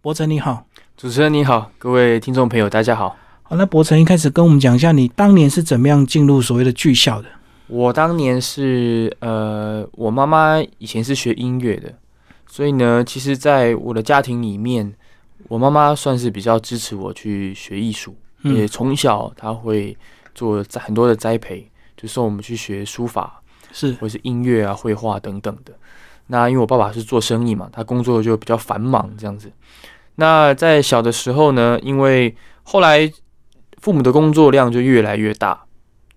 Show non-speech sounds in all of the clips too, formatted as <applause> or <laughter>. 博成你好，主持人你好，各位听众朋友大家好。好，那博成一开始跟我们讲一下，你当年是怎么样进入所谓的剧校的？我当年是呃，我妈妈以前是学音乐的，所以呢，其实，在我的家庭里面，我妈妈算是比较支持我去学艺术，也嗯，从小她会做栽很多的栽培，就送我们去学书法，是或是音乐啊、绘画等等的。那因为我爸爸是做生意嘛，他工作就比较繁忙这样子。那在小的时候呢，因为后来父母的工作量就越来越大，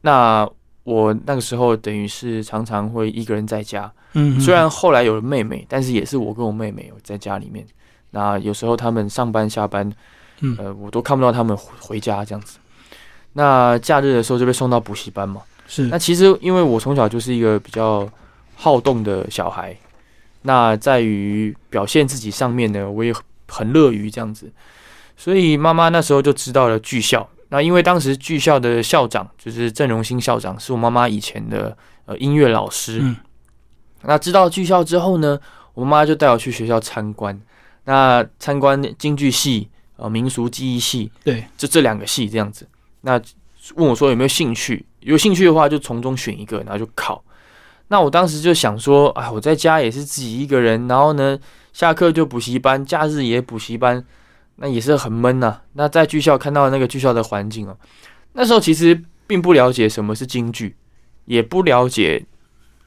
那我那个时候等于是常常会一个人在家。嗯，嗯 <laughs> 虽然后来有了妹妹，但是也是我跟我妹妹在家里面。那有时候他们上班下班，嗯呃，我都看不到他们回回家这样子。那假日的时候就被送到补习班嘛。是那其实因为我从小就是一个比较好动的小孩，那在于表现自己上面呢，我也很乐于这样子，所以妈妈那时候就知道了剧校。那因为当时剧校的校长就是郑荣兴校长，是我妈妈以前的呃音乐老师。嗯那知道剧校之后呢，我妈就带我去学校参观。那参观京剧系、呃民俗技艺系，对，就这两个系这样子。那问我说有没有兴趣，有兴趣的话就从中选一个，然后就考。那我当时就想说，哎，我在家也是自己一个人，然后呢，下课就补习班，假日也补习班，那也是很闷呐、那在剧校看到那个剧校的环境哦，那时候其实并不了解什么是京剧，也不了解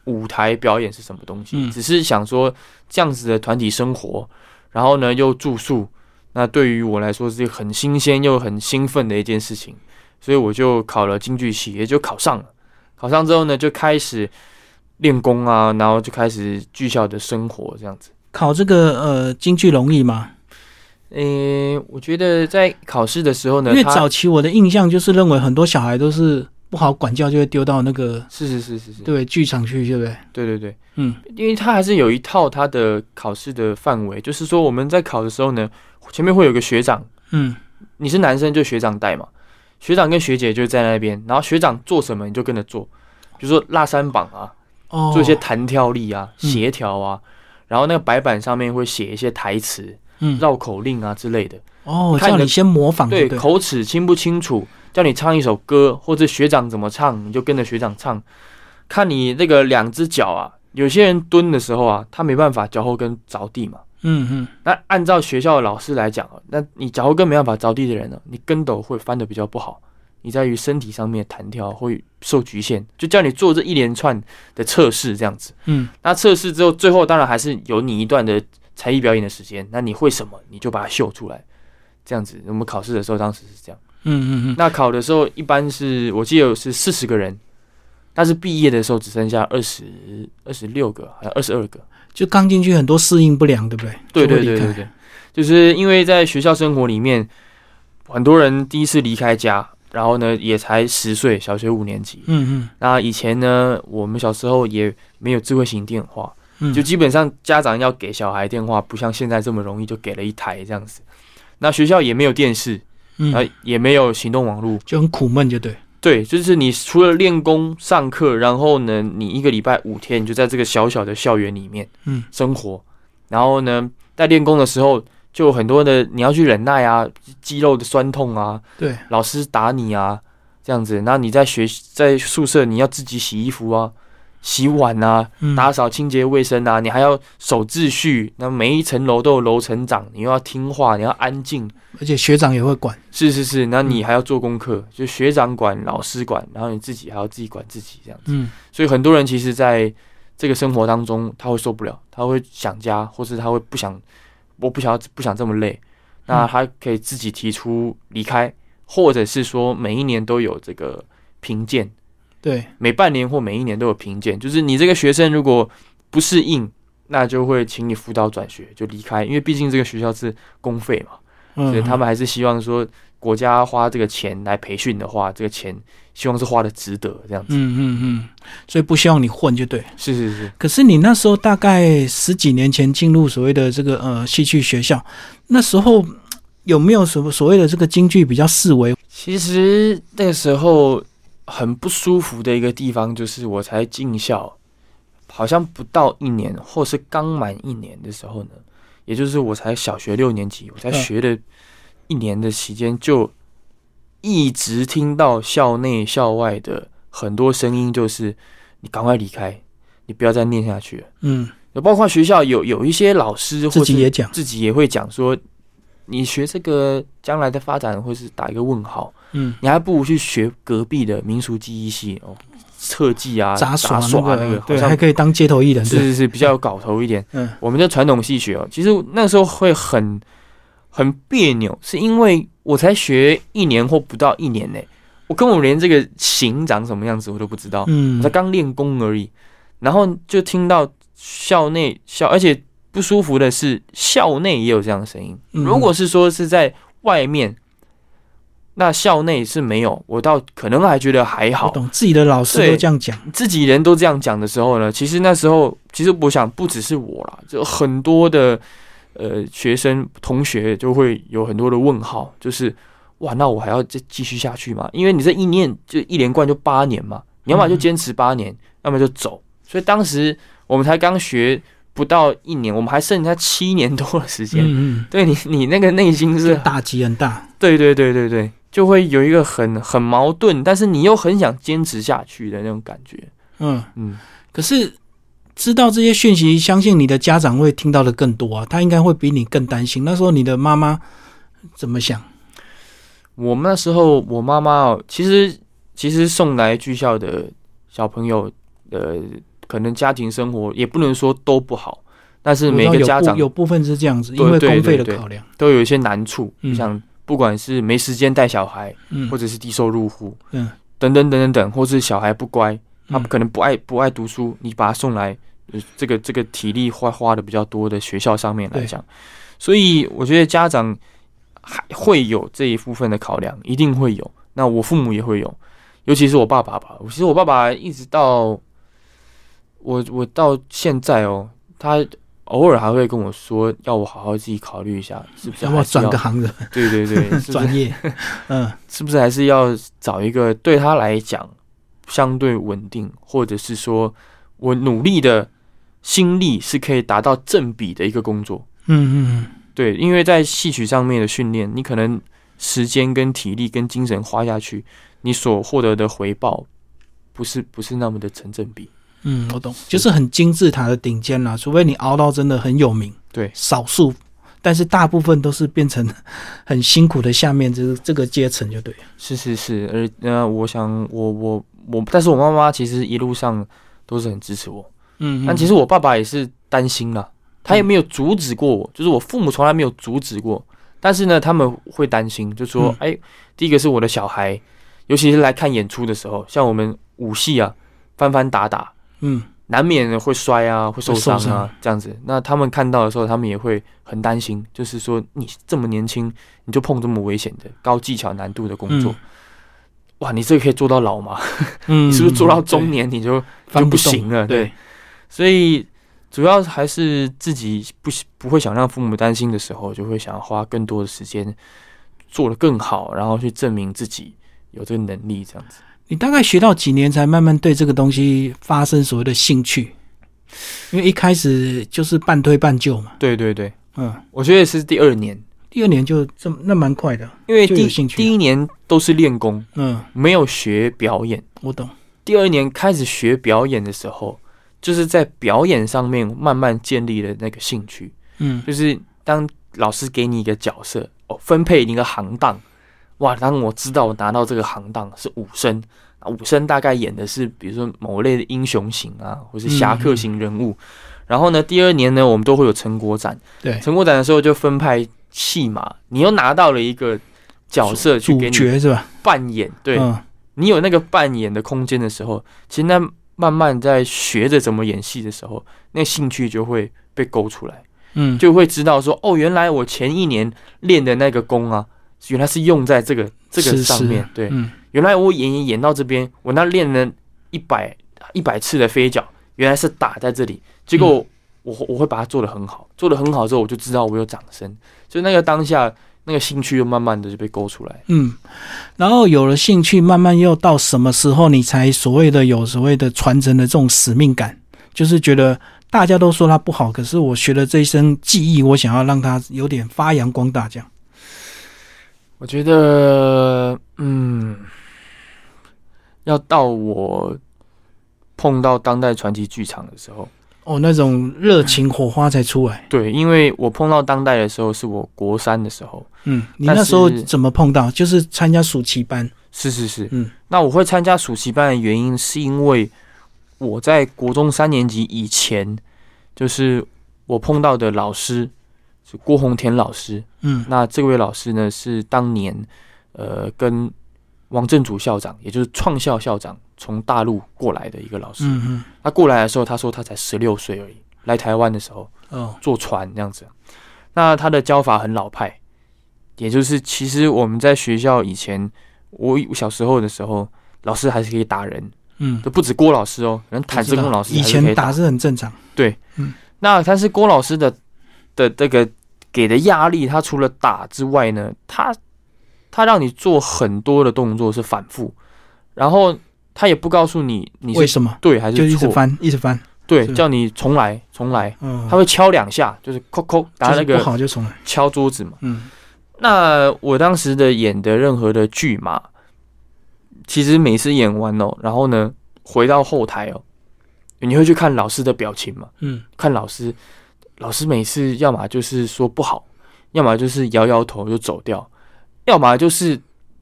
舞台表演是什么东西，嗯只是想说这样子的团体生活，然后呢又住宿，那对于我来说是很新鲜又很兴奋的一件事情，所以我就考了京剧系，也就考上了。考上之后呢，就开始练功啊，然后就开始剧校的生活这样子。考这个呃京剧容易吗？诶、我觉得在考试的时候呢，因为他早期我的印象就是认为很多小孩都是不好管教，就会丢到那个是是是是是，对剧场去，对不对？对对对，嗯，因为他还是有一套他的考试的范围，就是说我们在考的时候呢，前面会有个学长，嗯，你是男生就学长带嘛，学长跟学姐就在那边，然后学长做什么你就跟着做，比如说拉三绑啊，哦，做一些弹跳力啊、嗯协调啊，然后那个白板上面会写一些台词、嗯绕口令啊之类的。哦，看叫你的你先模仿，对，对不口齿清不清楚，叫你唱一首歌，或者学长怎么唱，你就跟着学长唱。看你那个两只脚啊，有些人蹲的时候啊，他没办法脚后跟着地嘛。嗯嗯，那按照学校的老师来讲啊，那你脚后跟没办法着地的人呢、你跟斗会翻得比较不好，你在于身体上面弹跳会受局限，就叫你做这一连串的测试这样子。嗯，那测试之后，最后当然还是有你一段的才艺表演的时间。那你会什么，你就把它秀出来，这样子。我们考试的时候，当时是这样。嗯嗯嗯，那考的时候，一般是我记得有是四十个人，但是毕业的时候只剩下二十二十六个，还有二十二个。就刚进去很多适应不良，对不对？对对就会对离开对对，就是因为在学校生活里面，很多人第一次离开家，然后呢也才十岁，小学五年级。嗯嗯那以前呢，我们小时候也没有智慧型电话，嗯，就基本上家长要给小孩电话，不像现在这么容易就给了一台这样子。那学校也没有电视，嗯啊，也没有行动网络。就很苦闷，就对。对，就是你除了练功、上课，然后呢，你一个礼拜五天，你就在这个小小的校园里面嗯生活。然后呢，在练功的时候，就有很多的你要去忍耐啊，肌肉的酸痛啊，对，老师打你啊，这样子。那你在学在宿舍，你要自己洗衣服啊、洗碗啊，嗯，打扫清洁卫生啊，你还要守秩序，那每一层楼都有楼层长，你又要听话，你要安静，而且学长也会管。是是是，那你还要做功课，就学长管，老师管，然后你自己还要自己管自己这样。嗯，所以很多人其实在这个生活当中，他会受不了，他会想家，或是他会不想，我不想要不想这么累，那他可以自己提出离开，或者是说每一年都有这个评鉴，对，每半年或每一年都有评鉴，就是你这个学生如果不适应，那就会请你辅导转学，就离开，因为毕竟这个学校是公费嘛，所以嗯，他们还是希望说国家花这个钱来培训的话，这个钱希望是花的值得这样子。嗯嗯嗯，所以不希望你混就对。是是是，可是你那时候大概十几年前进入所谓的这个呃戏剧学校，那时候嗯有没有什么所谓的这个京剧比较视为？其实那个时候很不舒服的一个地方就是我才进校，好像不到一年或是刚满一年的时候呢，也就是我才小学六年级，我才嗯学了一年的期间，就一直听到校内校外的很多声音，就是你赶快离开，你不要再念下去了。嗯，包括学校有有一些老师或自己是也讲，自己也会讲说，你学这个将来的发展会是打一个问号，嗯，你还不如去学隔壁的民俗记忆系哦，特技啊、嗯杂耍耍那那个，个，对，好还像可以当街头艺人，是对，是是比较有搞头一点。嗯我们的传统戏学哦，其实那时候会很很别扭，是因为我才学一年或不到一年呢，我根本连这个形长什么样子我都不知道，我嗯才，刚练功而已。然后就听到校内校，而且不舒服的是校内也有这样的声音。嗯如果是说是在外面，那校内是没有，我倒可能还觉得还我嗯好。懂，自己的老师都对这样讲，自己人都这样讲的时候呢，其实那时候，其实我想不只是我啦，就很多的呃学生同学就会有很多的问号，就是哇，那我还要再继续下去吗？因为你这一念就一连贯就八年嘛，你要么就坚持八年，要么就走。所以当时我们才刚学不到一年，我们还剩下七年多的时间。嗯对你，你那个内心嗯是，打击很大，对对对对对，就会有一个很很矛盾，但是你又很想坚持下去的那种感觉。嗯，嗯。可是知道这些讯息，相信你的家长会听到的更多啊，他应该会比你更担心。那时候你的妈妈怎么想？我们那时候，我妈妈哦，其实其实送来剧校的小朋友，呃，可能家庭生活也不能说都不好，但是每我个知道家有长部有部分是这样子，对因为对公费的对对考量，都有一些难处，嗯像不管是没时间带小孩，嗯或者是低收入户，嗯，等等等等等，或是小孩不乖，他嗯可能不爱不爱读书，你把他送来，呃这个这个体力花花的比较多的学校上面来对讲，所以我觉得家长还会有这一部分的考量，一定会有。那我父母也会有，尤其是我爸爸吧。其实我爸爸一直到我我到现在哦，他偶尔还会跟我说，要我好好自己考虑一下，是不是要还不要是要转个行子，对 <laughs> 对对， <laughs> 是不是专业？嗯是不是还是要找一个对他来讲相对稳定，或者是说我努力的心力是可以达到正比的一个工作？嗯嗯对，因为在戏曲上面的训练，你可能时间跟体力跟精神花下去，你所获得的回报不是不是那么的成正比。嗯，我懂，就是很金字塔的顶尖啦，除非你熬到真的很有名，对少数。但是大部分都是变成 <laughs> 很辛苦的下面这这个阶层就对了，是是是，而那我想我我我，但是我妈妈其实一路上都是很支持我，嗯但其实我爸爸也是担心啦，他也没有阻止过我，就是我父母从来没有阻止过。但是呢，他们会担心，就说嗯：“哎、第一个是我的小孩，尤其是来看演出的时候，像我们舞戏啊，翻翻打打，嗯难免会摔啊，会受伤会受伤啊，这样子。那他们看到的时候，他们也会很担心，就是说你这么年轻，你就碰这么危险的高技巧难度的工作，嗯哇，你这个可以做到老吗？嗯， <laughs> 你是不是做到中对年你就翻就不动行了？对，所以主要还是自己不喜不会想让父母担心的时候，就会想要花更多的时间做得更好，然后去证明自己有这个能力，这样子。你大概学到几年才慢慢对这个东西发生所谓的兴趣？因为一开始就是半推半就嘛，对对对，嗯，我觉得也是第二年，第二年就这么那蛮快的，因为就有第兴趣第一年都是练功，嗯，没有学表演。我懂，第二年开始学表演的时候，就是在表演上面慢慢建立了那个兴趣。嗯就是当老师给你一个角色，哦，分配你一个行当，哇，当我知道我拿到这个行当是武生，啊武生大概演的是比如说某类的英雄型啊，或是侠客型人物。然后呢，第二年呢，我们都会有成果展，嗯对成果展的时候就分派戏码，你又拿到了一个角色去主给你角是吧？扮演，对、嗯你有那个扮演的空间的时候，其实那慢慢在学着怎么演戏的时候，那兴趣就会被勾出来。嗯，就会知道说，哦，原来我前一年练的那个功啊，原来是用在这个这个是上是面。对，嗯原来我演演演到这边，我那练了一百一百次的飞脚，原来是打在这里。结果我、我我会把它做得很好，做得很好之后，我就知道我有掌声，就那个当下那个兴趣就慢慢的就被勾出来。嗯，然后有了兴趣，慢慢又到什么时候你才所谓的有所谓的传承的这种使命感，就是觉得大家都说它不好，可是我学了这一身技艺，我想要让它有点发扬光大，这样。我觉得，嗯，要到我碰到当代传奇剧场的时候，哦，那种热情火花才出来。对，因为我碰到当代的时候是我国三的时候，嗯，你但那时候是怎么碰到？就是参加暑期班。是是是，嗯，那我会参加暑期班的原因是因为我在国中三年级以前，就是我碰到的老师是郭宏田老师，嗯那这位老师呢是当年呃跟王振祖校长，也就是创校校长从大陆过来的一个老师，嗯嗯，他过来的时候，他说他才十六岁而已，来台湾的时候哦，坐船这样子。那他的教法很老派，也就是其实我们在学校以前，我我小时候的时候，老师还是可以打人，嗯，就不止郭老师哦，连我谭知志道功老师以还是可前以打。打是很正常。那但是郭老师的的这个给的压力，他除了打之外呢，他他让你做很多的动作是反复，然后他也不告诉你你为是什么？对还就一是直错，翻，一直翻。对，是叫你重来重来。嗯，他会敲两下，就是扣扣打就是那不个好就重来。敲桌子嘛。嗯那我当时的演的任何的剧嘛，其实每次演完哦，然后呢回到后台哦，你会去看老师的表情嘛，嗯看老师，老师每次要么就是说不好，要么就是摇摇头就走掉，要么就是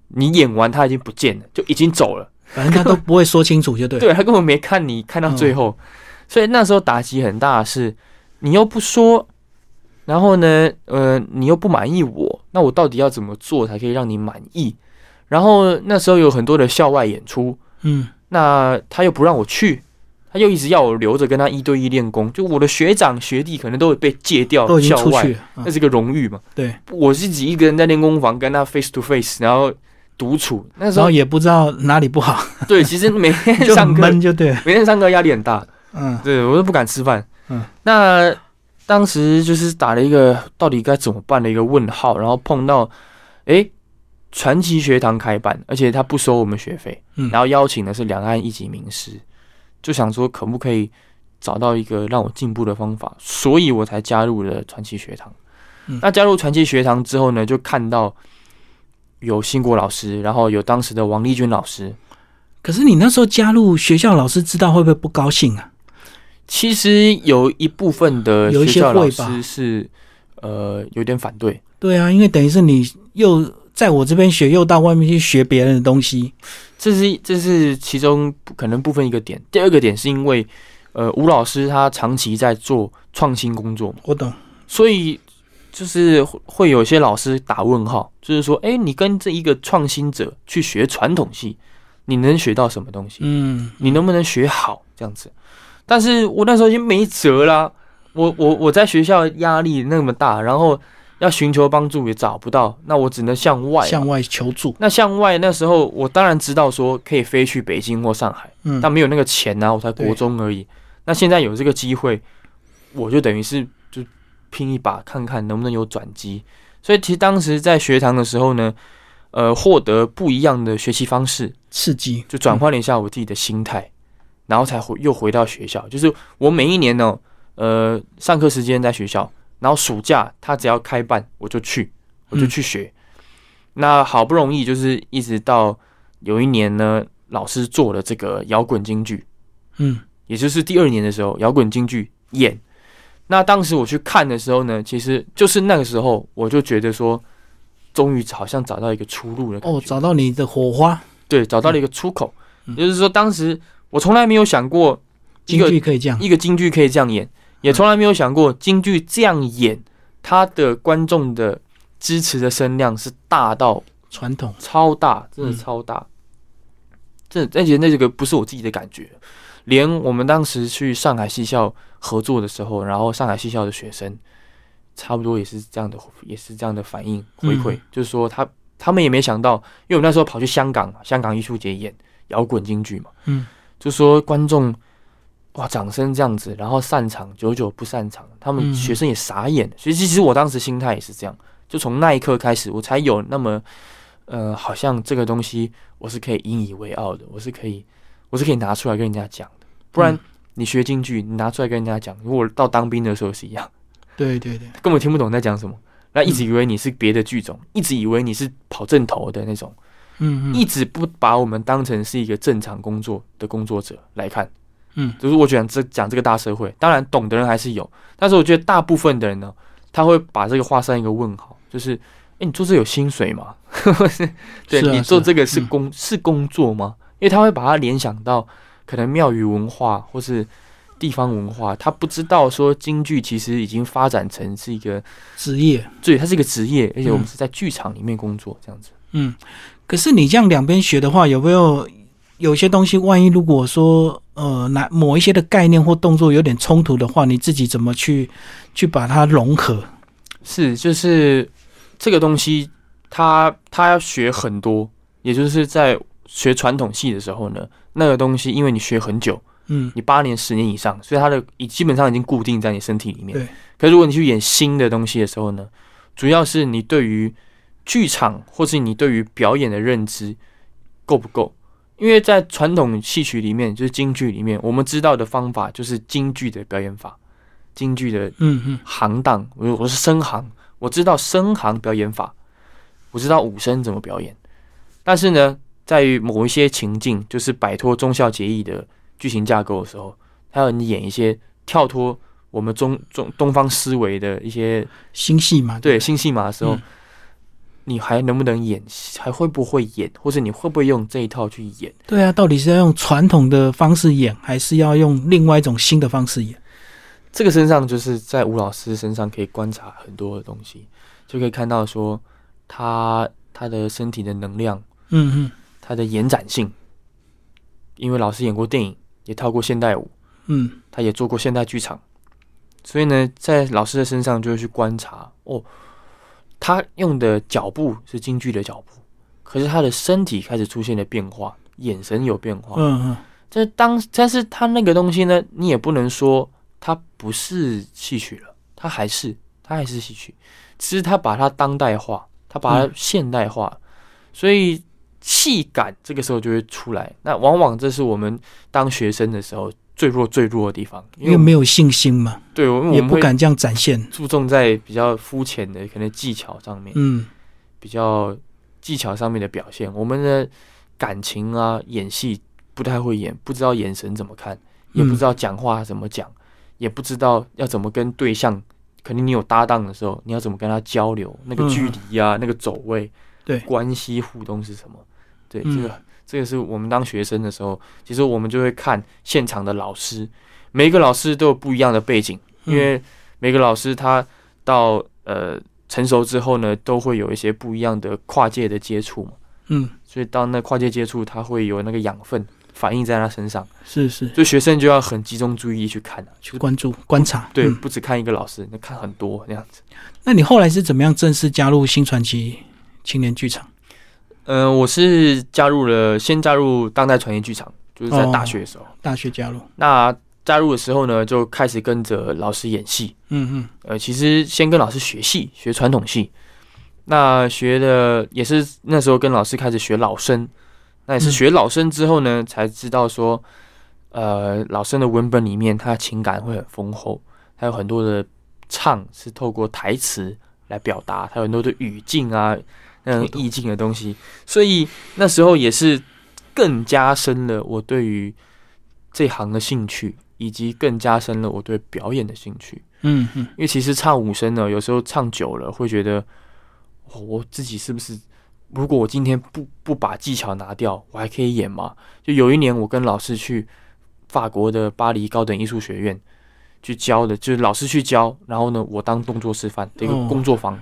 你演完他已经不见了，就已经走了。反正他都不会说清楚，就对。，对他根本没看你看到最嗯后，所以那时候打击很大的是，你又不说，然后呢，呃，你又不满意我，那我到底要怎么做才可以让你满意？然后那时候有很多的校外演出，嗯那他又不让我去，他又一直要我留着跟他一对一练功，就我的学长学弟可能都被戒掉都已经哦校出外，去了。嗯那是个荣誉嘛。对，我自己一个人在练功房跟他 face to face，然后独处，那时然候后也不知道哪里不好，对，其实每天 <laughs> 就很 <laughs> 上课，闷，就对了。每天上课压力很大。嗯对我都不敢吃饭。嗯，那当时就是打了一个到底该怎么办的一个问号，然后碰到，诶，传奇学堂开办，而且他不收我们学费，嗯，然后邀请的是两岸一级名师，就想说可不可以找到一个让我进步的方法，所以我才加入了传奇学堂。嗯那加入传奇学堂之后呢，就看到有新国老师，然后有当时的王丽君老师，可是你那时候加入学校，老师知道会不会不高兴啊？其实有一部分的有一学些校老会吧师是呃有点反对，对啊，因为等于是你又在我这边学，又到外面去学别人的东西。这是这是其中可能部分一个点。第二个点是因为呃吴老师他长期在做创新工作嘛，我懂，所以就是会会有些老师打问号，就是说，哎，你跟这一个创新者去学传统系，你能学到什么东西？嗯，你能不能学好这样子？但是我那时候已经没辙啦，我我我在学校压力那么大，然后要寻求帮助也找不到，那我只能向外。向外求助。那向外那时候，我当然知道说可以飞去北京或上海，嗯，但没有那个钱啊，我才国中而已。那现在有这个机会，我就等于是就拼一把，看看能不能有转机。所以其实当时在学堂的时候呢，呃，获得不一样的学习方式，刺激就转换了一下我自己的心态，然后才回又回到学校。就是我每一年呢，呃，上课时间在学校，然后暑假他只要开办我就去，我就去学。那好不容易就是一直到有一年呢，老师做了这个摇滚京剧，嗯，也就是第二年的时候，摇滚京剧演。那当时我去看的时候呢，其实就是那个时候，我就觉得说，终于好像找到一个出路了。哦，找到你的火花，对，找到了一个出口。嗯也就是说，当时我从来没有想过一京个剧嗯可以这样。一个京剧可以这样演，也从来没有想过京剧这样演，它的观众的支持的声量是大到传统，超大，真的嗯超大。这而且那这个不是我自己的感觉，连我们当时去上海戏校合作的时候，然后上海戏校的学生，差不多也是这样的，也是这样的反应回馈，嗯就是说他他们也没想到，因为我们那时候跑去香港，香港艺术节演摇滚京剧嘛，嗯，就说观众哇掌声这样子，然后散场，久久不散场，他们嗯学生也傻眼，所以其实我当时心态也是这样，就从那一刻开始，我才有那么。呃，好像这个东西我是可以引以为傲的，我是可以，我是可以拿出来跟人家讲的。不然嗯你学京剧，你拿出来跟人家讲，如果到当兵的时候是一样，对对对，根本听不懂你在讲什么，那一直以为你是别的剧种，一直以为你是跑正头的那种，嗯一嗯直不把我们当成是一个正常工作的工作者来看。嗯，就是我讲这讲这个大社会，当然懂的人还是有，但是我觉得大部分的人呢，他会把这个画上一个问号，就是，诶，你做这有薪水吗？ <laughs> 对、是啊你做是啊这个是嗯工、是工作吗？因为他会把它联想到可能庙宇文化或是地方文化，他不知道说京剧其实已经发展成是一个，职业，对，它是一个职业，而且我们嗯是在剧场里面工作这样子。嗯，可是你这样两边学的话，有没有有些东西，万一如果说呃哪某一些的概念或动作有点冲突的话，你自己怎么去去把它融合？是，就是这个东西它，它要学很多，也就是在学传统戏的时候呢，那个东西因为你学很久，嗯，你八年、十年以上，所以它的已基本上已经固定在你身体里面。对。可是如果你去演新的东西的时候呢，主要是你对于剧场或是你对于表演的认知够不够？因为在传统戏曲里面，就是京剧里面，我们知道的方法就是京剧的表演法，京剧的嗯嗯行当，我我是声行，我知道声行表演法，我知道武生怎么表演。但是呢，在于某一些情境，就是摆脱忠孝节义的剧情架构的时候，还有你演一些跳脱我们中中东方思维的一些心系嘛，对新戏码的时候，嗯你还能不能演，还会不会演，或者你会不会用这一套去演？对啊，到底是要用传统的方式演，还是要用另外一种新的方式演？这个身上就是在吴老师身上可以观察很多的东西，就可以看到说他他的身体的能量，嗯他的延展性，因为老师演过电影，也跳过现代舞，嗯嗯，他也做过现代剧场，所以呢，在老师的身上就会去观察哦，他用的脚步是京剧的脚步，可是他的身体开始出现了变化，眼神有变化，嗯嗯，这当但是他那个东西呢，你也不能说他不是戏曲了，他还是他还是戏曲，只是他把它当代化，他把它嗯现代化，所以戏感这个时候就会出来。那往往这是我们当学生的时候最弱最弱的地方，因因为为我们没有信心嘛，对，我们也我们不会敢这样展现。注重在比较肤浅的可能技巧上面，嗯比较技巧上面的表现，我们的感情啊演戏不太会演，不知道眼神怎么看。也嗯不知道讲话怎么讲，也不知道要怎么跟对象，肯定你有搭档的时候，你要怎么跟他交流，那个距离啊，那个走位，嗯对关系互动是什么？对，嗯这个这个是我们当学生的时候，其实我们就会看现场的老师，每一个老师都有不一样的背景，嗯因为每个老师他到呃成熟之后呢，都会有一些不一样的跨界的接触嘛，嗯，所以当那跨界接触，他会有那个养分反映在他身上。是是，所以学生就要很集中注意力去看啊，去关注观察。对，嗯不只看一个老师，那看很多那样子。那你后来是怎么样正式加入新传奇青年剧场？嗯、我是加入了，先加入当代传艺剧场，就是在哦大学的时候。大学加入？那加入的时候呢，就开始跟着老师演戏。嗯呃，其实先跟老师学戏，学传统戏。那学的也是那时候跟老师开始学老生，那也是嗯学老生之后呢，才知道说，呃，老生的文本里面，他情感会很丰厚，还有很多的唱是透过台词来表达，还有很多的语境啊，那种我懂意境的东西。所以那时候也是更加深了我对于这行的兴趣，以及更加深了我对表演的兴趣。嗯嗯因为其实唱五声呢，有时候唱久了会觉得，哦我自己是不是？如果我今天不不把技巧拿掉，我还可以演吗？就有一年我跟老师去法国的巴黎高等艺术学院去教的，就是老师去教，然后呢，我当动作示范的一个哦工作坊，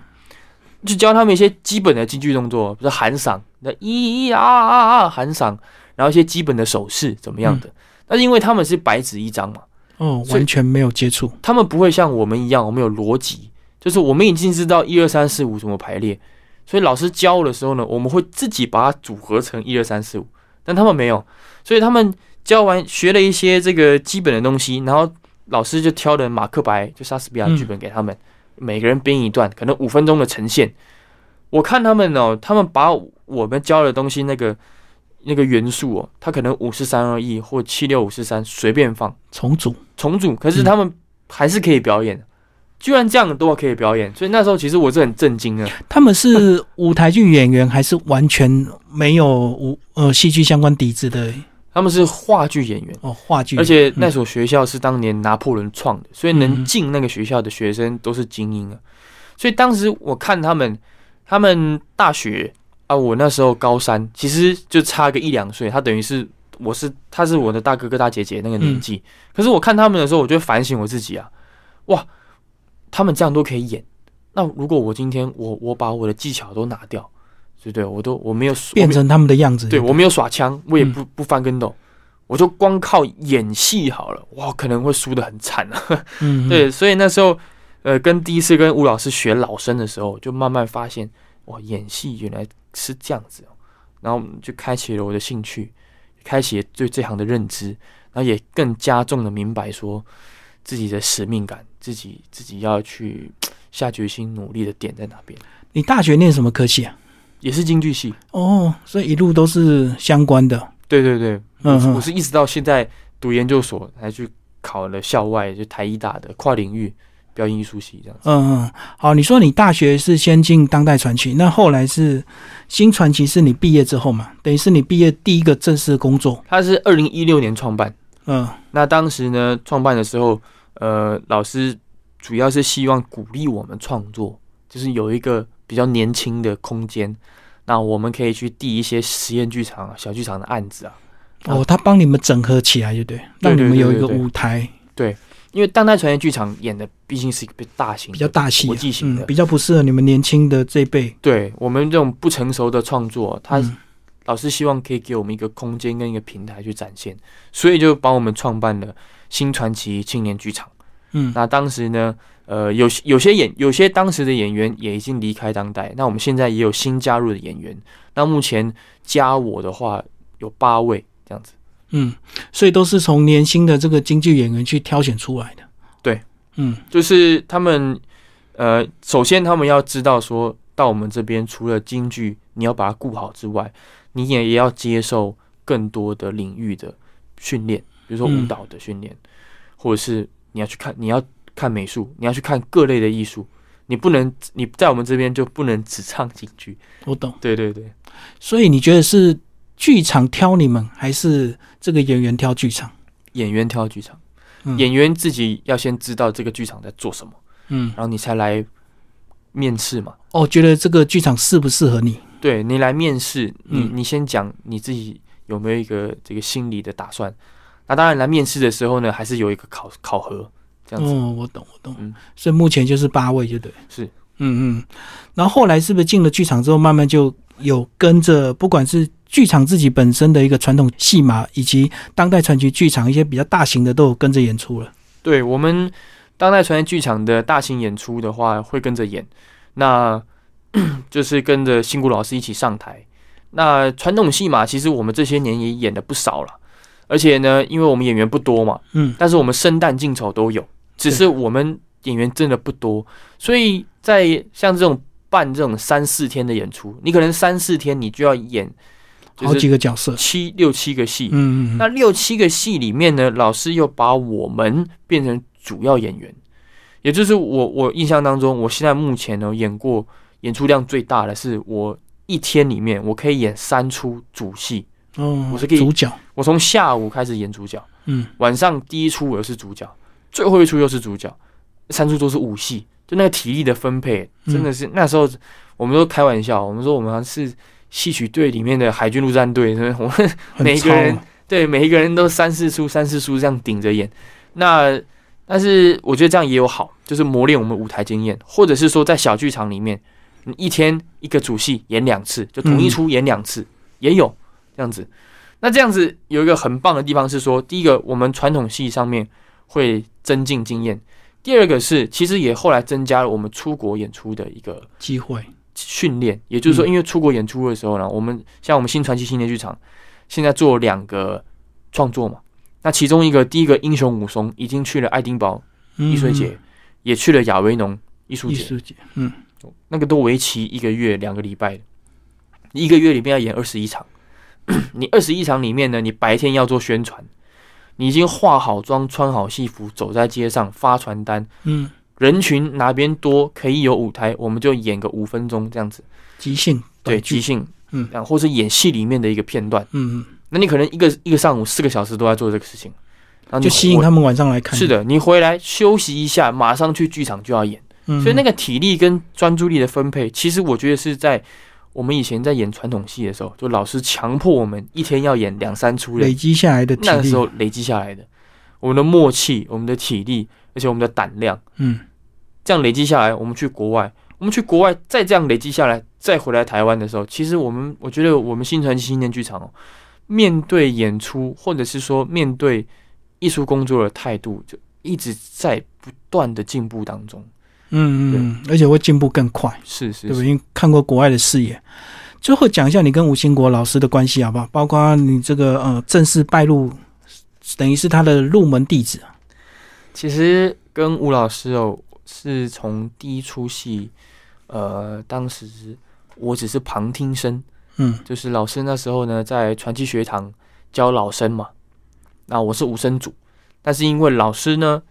就教他们一些基本的京剧动作，比如说喊嗓，那咿咿啊啊啊啊喊嗓，然后一些基本的手势怎么样的。但是因为他们是白纸一张嘛，哦，所以完全没有接触。他们不会像我们一样，我们有逻辑，就是我们已经知道一二三四五怎么排列，所以老师教的时候呢，我们会自己把它组合成一二三四五，但他们没有，所以他们教完学了一些这个基本的东西，然后老师就挑了马克白就莎士比亚的剧本给他们，每个人编一段，可能五分钟的呈现。我看他们哦，他们把我们教的东西那个那个元素哦，它可能五四三二一或七六五四三随便放重组，重组，可是他们还是可以表演，居然这样都可以表演，所以那时候其实我是很震惊的。他们 <laughs> 是舞台剧演员还是完全没有舞呃戏剧相关底子的他们是话剧演员，哦话剧？而且那所学校是当年拿破仑创的，所以嗯能进那个学校的学生都是精英啊。所以当时我看他们，他们大学啊，我那时候高三，其实就差个一两岁，他等于是我是他是我的大哥哥大姐姐那个年纪。可是我看他们的时候，我就会反省我自己啊，哇，他们这样都可以演，那如果我今天我我把我的技巧都拿掉，对不对？我都我没有我变没有成他们的样子。对我没有耍枪，我也嗯不不翻跟斗，我就光靠演戏好了，哇，可能会输得很惨啊。嗯，嗯， <laughs> 对，所以那时候，呃，跟第一次跟吴老师学老生的时候，就慢慢发现，哇，演戏原来是这样子、哦，然后就开启了我的兴趣，开启了对这行的认知，然后也更加重的明白说自己的使命感，自己自己要去下决心努力的点在哪边，你大学念什么科系啊？也是京剧系。哦，所以一路都是相关的。对对对，我嗯嗯我是一直到现在读研究所才去考了校外，就台医大的跨领域表演艺术系这样子。嗯，嗯，好，你说你大学是先进当代传奇，那后来是新传奇，是你毕业之后嘛？等于是你毕业第一个正式工作。它是二零一六年创办，嗯那当时呢创办的时候，呃，老师主要是希望鼓励我们创作，就是有一个比较年轻的空间，那我们可以去递一些实验剧场、啊、小剧场的案子啊。哦，他帮你们整合起来，就对，让你们有一个对对对舞台因为当代传言剧场演的毕竟是一个大型的比较大气国啊，际型的，嗯，比较不适合你们年轻的这一辈。对我们这种不成熟的创作，它嗯老师希望可以给我们一个空间跟一个平台去展现，所以就帮我们创办了新传奇青年剧场。嗯那当时呢，呃，有些有些演有些当时的演员也已经离开当代，那我们现在也有新加入的演员。那目前加我的话有八位这样子，嗯，所以都是从年轻的这个京剧演员去挑选出来的。对，嗯，就是他们呃，首先他们要知道说，到我们这边除了京剧你要把它顾好之外，你也也要接受更多的领域的训练，比如说舞嗯蹈的训练，或者是你要去看你要看美术，你要去看各类的艺术，你不能你在我们这边就不能只唱京剧。我懂。 <laughs> 对对对，所以你觉得是剧场挑你们，还是这个演员挑剧场？演员挑剧场，嗯演员自己要先知道这个剧场在做什么，嗯，然后你才来面试嘛。哦，觉得这个剧场适不适合你？对你来面试，你嗯你先讲你自己有没有一个这个心理的打算。那当然，来面试的时候呢，还是有一个考考核这样子。哦，我懂，我懂。嗯所以目前就是八位，就对。是，嗯嗯。然后后来是不是进了剧场之后，慢慢就有跟着，不管是剧场自己本身的一个传统戏码，以及当代传奇剧场一些比较大型的，都有跟着演出了。对我们当代传言剧场的大型演出的话，会跟着演，那 <coughs> 就是跟着新谷老师一起上台。那传统戏嘛，其实我们这些年也演了不少了，而且呢，因为我们演员不多嘛，嗯，但是我们生旦净丑都有，只是我们演员真的不多，所以在像这种办这种三四天的演出，你可能三四天你就要演，好就是几个角色。七六七个戏，嗯嗯那六七个戏里面呢，老师又把我们变成主要演员，也就是我我印象当中，我现在目前呢演过演出量最大的是我一天里面我可以演三出主戏，嗯。哦，我是可以主角。我从下午开始演主角，嗯，晚上第一出我又是主角，最后一出又是主角，三出都是武戏，就那个体力的分配嗯真的是、那时候我们都开玩笑，我们说我们好像是戏曲队里面的海军陆战队，真的我们很每一个超人啊对，每一个人都三四出、三四出这样顶着演。那但是我觉得这样也有好，就是磨练我们舞台经验，或者是说在小剧场里面，你一天一个主戏演两次，就同一出演两次、也有这样子。那这样子有一个很棒的地方是说，第一个我们传统戏上面会增进经验，第二个是其实也后来增加了我们出国演出的一个机会。训练，也就是说，嗯因为出国演出的时候呢，我们像我们新传奇新年剧场现在做两个创作嘛，那其中一个第一个英雄武松已经去了爱丁堡嗯艺术节，也去了亚维农艺术艺节，术节。嗯，那个都为期一个月两个礼拜的，一个月里面要演二十一场， <clears throat> 你二十一场里面呢，你白天要做宣传，你已经化好妆、穿好戏服，走在街上发传单，嗯，人群哪边多可以有舞台，我们就演个五分钟这样子，即兴对，短即剧，兴，嗯啊，或是演戏里面的一个片段。嗯，那你可能一个一个上午四个小时都在做这个事情，然嗯后你就吸引回。他们晚上来看。是，的，你回来休息一下，马上去剧场就要演，嗯，所以那个个体力跟专注力的分配，其实我觉得是在我们以前在演传统戏的时候，就老师强迫我们一天要演两三出的累积下来的体那个力时，候累积下来的，我们的默契、我们的体力，而且我们的胆量，嗯，这样累积下来，我们去国外，我们去国外再这样累积下来，再回来台湾的时候，其实我们我觉得我们新传奇新年剧场哦，面对演出或者是说面对艺术工作的态度，就一直在不断的进步当中。嗯嗯，嗯而且会进步更快，是对是不是，对？因为看过国外的视野。最后讲一下你跟吴兴国老师的关系好不好？包括你这个呃正式拜入，等于是他的入门弟子。其实跟吴老师哦，是从第一出戏，呃，当时我只是旁听生。嗯就是老师那时候呢，在传奇学堂教老生嘛，那我是武生组，但是因为老师呢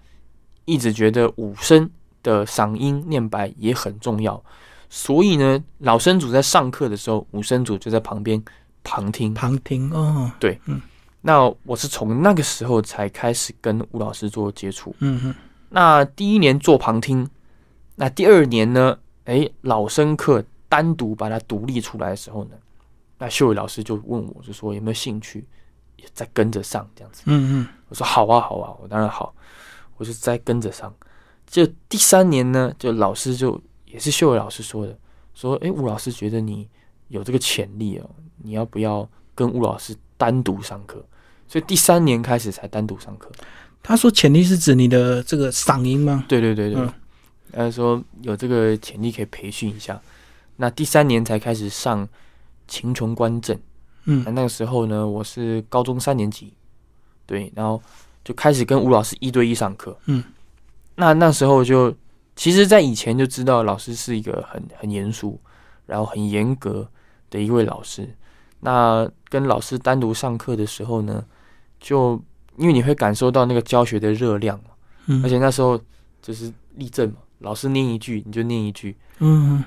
一直觉得武生的嗓音念白也很重要，所以呢，老生组在上课的时候，武生组就在旁边旁听。旁听哦，那我是从那个时候才开始跟吴老师做接触。嗯嗯那第一年做旁听，那第二年呢，诶，老生课单独把它独立出来的时候呢，那秀伟老师就问我，就说有没有兴趣再跟着上这样子。嗯嗯，我说好啊，好啊，我当然好，我就再跟着上。就第三年呢，就老师就也是秀伟老师说的，说诶，吴老师觉得你有这个潜力哦，你要不要跟吴老师单独上课？所以第三年开始才单独上课。他说潜力是指你的这个嗓音吗？对对对对，嗯他说有这个潜力可以培训一下。那第三年才开始上秦琼观阵，嗯那那个时候呢，我是高中三年级，对，然后就开始跟吴老师一对一上课。嗯，那那时候就其实，在以前就知道老师是一个很很严肃，然后很严格的一位老师。那跟老师单独上课的时候呢，就因为你会感受到那个教学的热量嘛。嗯，而且那时候就是立正嘛，老师念一句你就念一句。嗯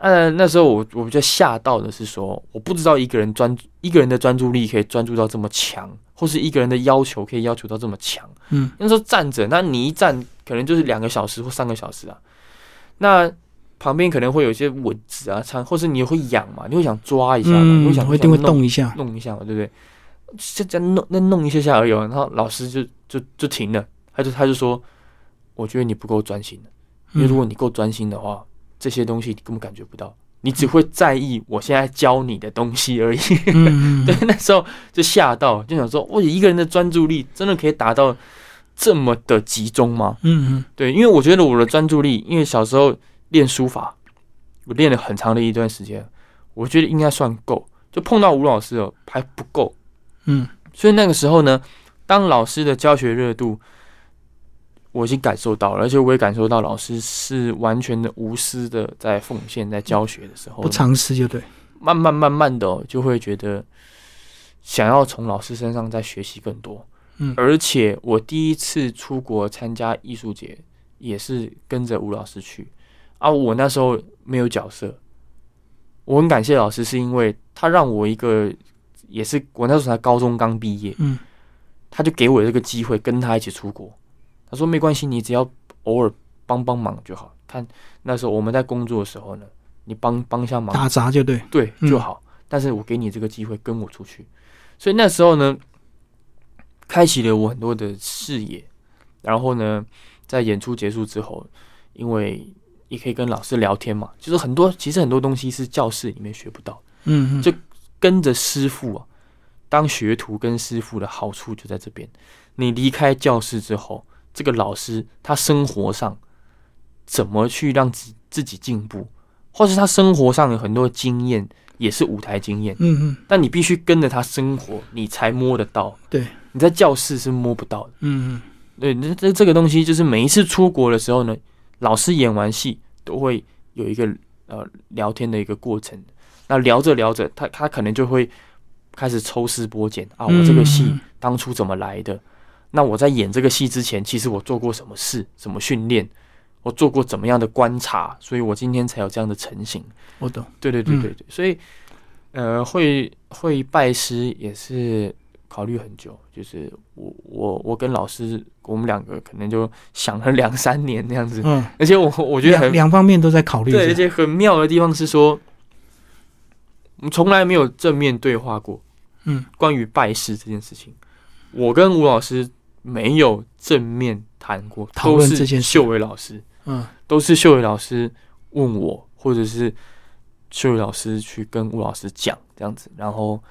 呃，那时候我我比较吓到的是说，我不知道一个人专一个人的专注力可以专注到这么强，或是一个人的要求可以要求到这么强。嗯那时候站着，那你一站可能就是两个小时或三个小时啊。那旁边可能会有一些蚊子啊，苍，或是你会痒嘛，你会想抓一下嘛，你嗯会，想我一定会想弄动一下。弄一下嘛，对不对？就这样弄，那弄一下下而已哦。然后老师就就就停了，他就他就说，我觉得你不够专心的，嗯因为如果你够专心的话，这些东西你根本感觉不到，你只会在意我现在教你的东西而已。 <laughs> 嗯嗯对，那时候就吓到，就想说，我一个人的专注力真的可以达到这么的集中吗？嗯对，因为我觉得我的专注力，因为小时候练书法，我练了很长的一段时间，我觉得应该算够。就碰到吴老师哦，还不够。嗯所以那个时候呢，当老师的教学热度，我已经感受到了，而且我也感受到老师是完全的无私的在奉献，在教学的时候不，尝试就对。慢慢慢慢的、哦、就会觉得想要从老师身上再学习更多。嗯而且我第一次出国参加艺术节，也是跟着吴老师去啊。我那时候没有角色，我很感谢老师，是因为他让我一个，也是我那时候才高中刚毕业，嗯他就给我这个机会跟他一起出国。他说没关系，你只要偶尔帮帮忙就好。看那时候我们在工作的时候呢，你帮帮一下忙，打杂就对。对嗯就好。但是我给你这个机会跟我出去，所以那时候呢，开启了我很多的视野。然后呢，在演出结束之后，因为也可以跟老师聊天嘛，就是很多其实很多东西是教室里面学不到，嗯嗯，就跟着师傅啊，当学徒跟师傅的好处就在这边。你离开教室之后，这个老师他生活上怎么去让自自己进步，或是他生活上有很多经验，也是舞台经验，嗯嗯但你必须跟着他生活，你才摸得到。对，你在教室是摸不到的。嗯对，这这这个东西就是每一次出国的时候呢，老师演完戏都会有一个呃聊天的一个过程。那聊着聊着，他他可能就会开始抽丝剥茧啊，我这个戏嗯当初怎么来的？那我在演这个戏之前，其实我做过什么事，什么训练，我做过怎么样的观察，所以我今天才有这样的成型。我懂。对对对嗯对对，所以呃，会会拜师也是考虑很久，就是我我我跟老师，我们两个可能就想了两三年那样子，嗯，而且我我我觉得很两方面都在考虑。对，而且很妙的地方是说，我们从来没有正面对话过嗯关于拜师这件事情，我跟吴老师没有正面谈过，讨论都是这件事秀伟老师。嗯都是秀伟老师问我，或者是秀伟老师去跟吴老师讲这样子，然后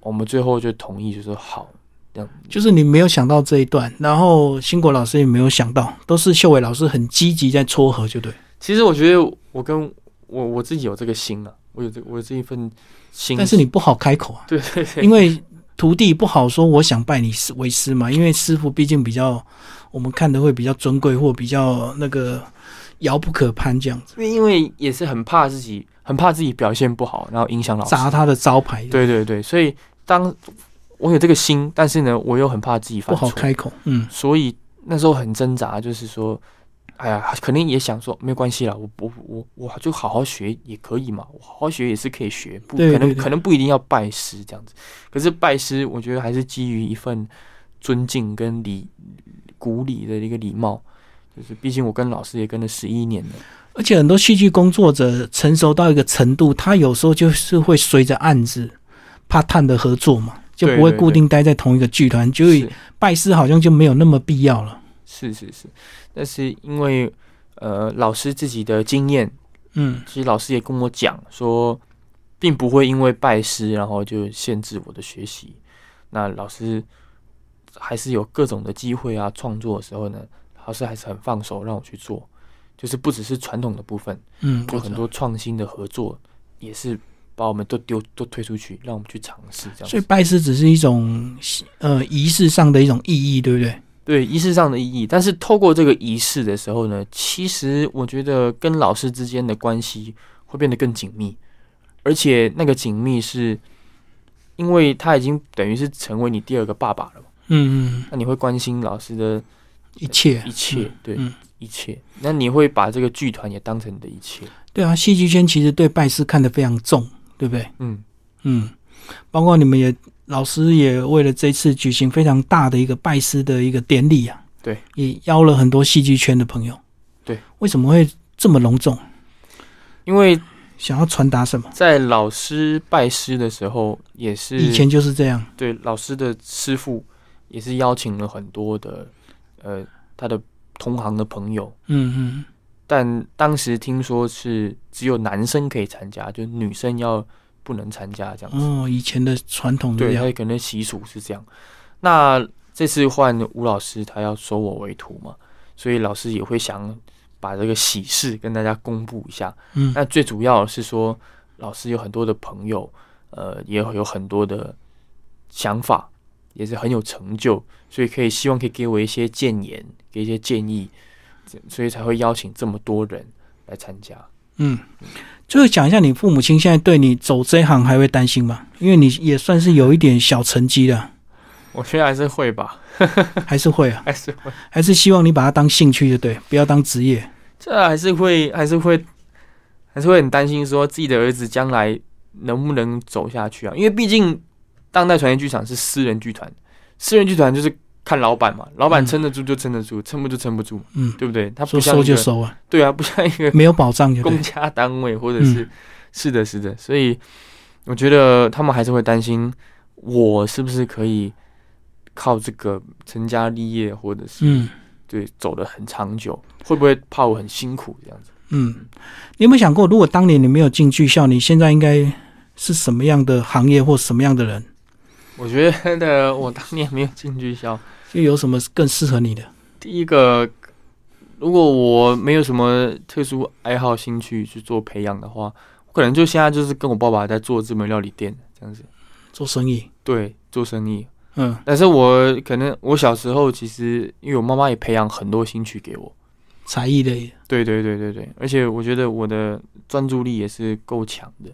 我们最后就同意，就说好这样。就是你没有想到这一段，然后新国老师也没有想到，都是秀伟老师很积极在撮合，就对。其实我觉得我跟我我自己有这个心啊，我有这我有这一份心，但是你不好开口啊，对对对，因为徒弟不好说我想拜你师为师嘛，因为师傅毕竟比较我们看的会比较尊贵或比较那个遥不可攀这样子，因为因为也是很怕自己，很怕自己表现不好，然后影响老师。砸他的招牌，，对对对，所以当我有这个心，但是呢，我又很怕自己不犯好错。开口，嗯所以那时候很挣扎，就是说，哎呀，肯定也想说没关系啦，我我我我就好好学也可以嘛，我好好学也是可以学，不对对可能对可能不一定要拜师这样子。可是拜师，我觉得还是基于一份尊敬跟礼古礼的一个礼貌，就是毕竟我跟老师也跟了十一年了，而且很多戏剧工作者成熟到一个程度，他有时候就是会随着案子、怕探的合作嘛，就不对会对对固定待在同一个剧团，就是拜师好像就没有那么必要了。是是是，但是因为呃老师自己的经验，嗯，其实老师也跟我讲说，并不会因为拜师然后就限制我的学习。那老师还是有各种的机会啊，创作的时候呢，老师还是很放手让我去做，就是不只是传统的部分，嗯，有很多创新的合作，也是把我们都丢都推出去，让我们去尝试这所样以子。拜师只是一种呃仪式上的一种意义，对不对？对仪式上的意义，但是透过这个仪式的时候呢，其实我觉得跟老师之间的关系会变得更紧密，而且那个紧密是，因为他已经等于是成为你第二个爸爸了嘛，嗯嗯，那你会关心老师的一切一切，嗯对，嗯一切，那你会把这个剧团也当成你的一切，对啊，戏剧圈其实对拜师看得非常重，对不对？嗯，嗯，包括你们也老师也为了这次举行非常大的一个拜师的一个典礼啊，对，也邀了很多戏剧圈的朋友，对，为什么会这么隆重？因为想要传达什么？在老师拜师的时候，也是以前就是这样，对老师的师傅也是邀请了很多的，呃，他的同行的朋友，嗯嗯，但当时听说是只有男生可以参加，就女生要不能参加这样子。哦，以前的传统的对，这他样，可能习俗是这样。那这次换吴老师，他要收我为徒嘛，所以老师也会想把这个喜事跟大家公布一下。嗯那最主要是说，老师有很多的朋友，呃，也有很多的想法，也是很有成就，所以可以希望可以给我一些建言，给一些建议，这所以才会邀请这么多人来参加。嗯。最后讲一下，你父母亲现在对你走这一行还会担心吗？因为你也算是有一点小成绩了，我觉得还是会吧，还是会啊， <laughs> 还是会，还是希望你把它当兴趣就对，不要当职业。 <laughs> 这还是会，还是会，还是会很担心说自己的儿子将来能不能走下去啊？因为毕竟当代传言剧场是私人剧团，私人剧团就是看老板嘛，老板嗯撑得住就撑得住，撑不住撑不住，嗯，对不对？他不说像收一就个，收啊，对啊，不像一个没有保障就对嗯公。家单位或者是，是的，是的，所以我觉得他们还是会担心我是不是可以靠这个成家立业，或者是嗯对走得很长久，会不会怕我很辛苦这样子？嗯，你有没有想过，如果当年你没有进剧校，你现在应该是什么样的行业或什么样的人？我觉得我当年没有进军校，就有什么更适合你的？第一个，如果我没有什么特殊爱好兴趣去做培养的话，我可能就现在就是跟我爸爸在做自门料理店这样子，做生意？对，做生意。嗯但是我可能我小时候其实因为我妈妈也培养很多兴趣给我，才艺类。对对对对对，而且我觉得我的专注力也是够强的，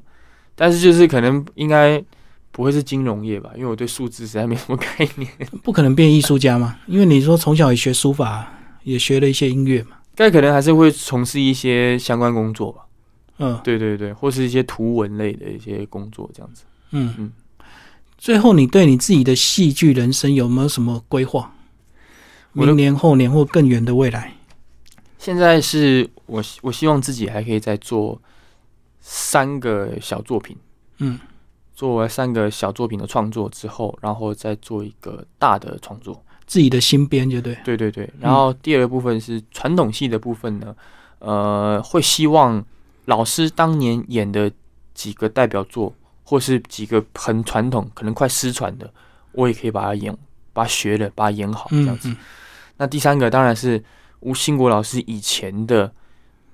但是就是可能应该不会是金融业吧？因为我对数字实在没什么概念， <laughs> 不可能变艺术家嘛，因为你说从小也学书法，也学了一些音乐嘛，但可能还是会从事一些相关工作吧。嗯对对对，或是一些图文类的一些工作这样子。嗯嗯最后，你对你自己的戏剧人生有没有什么规划？我的明年、后年或更远的未来？现在是我希我希望自己还可以再做三个小作品，嗯，做完三个小作品的创作之后，然后再做一个大的创作。自己的新编就对，对对对，然后第二个部分是传统戏的部分呢，呃，会希望老师当年演的几个代表作，或是几个很传统、可能快失传的，我也可以把它演，把它学了，把它演好这样嗯子。嗯那第三个当然是吴兴国老师以前的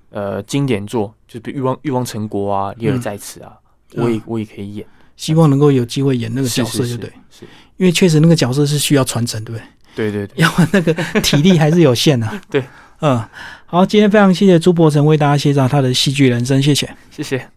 呃经典作，就是比如《欲望欲望成国》啊，《李尔在此》啊，嗯我也我也可以演希望能够有机会演那那个角色就对，，是是是因为确实那个角色是需要传承，对不对？对对对，要不然那个体力还是有限的、啊。 <laughs> 对，嗯，好，今天非常谢谢朱伯成为大家介绍他的戏剧人生，谢谢。谢谢。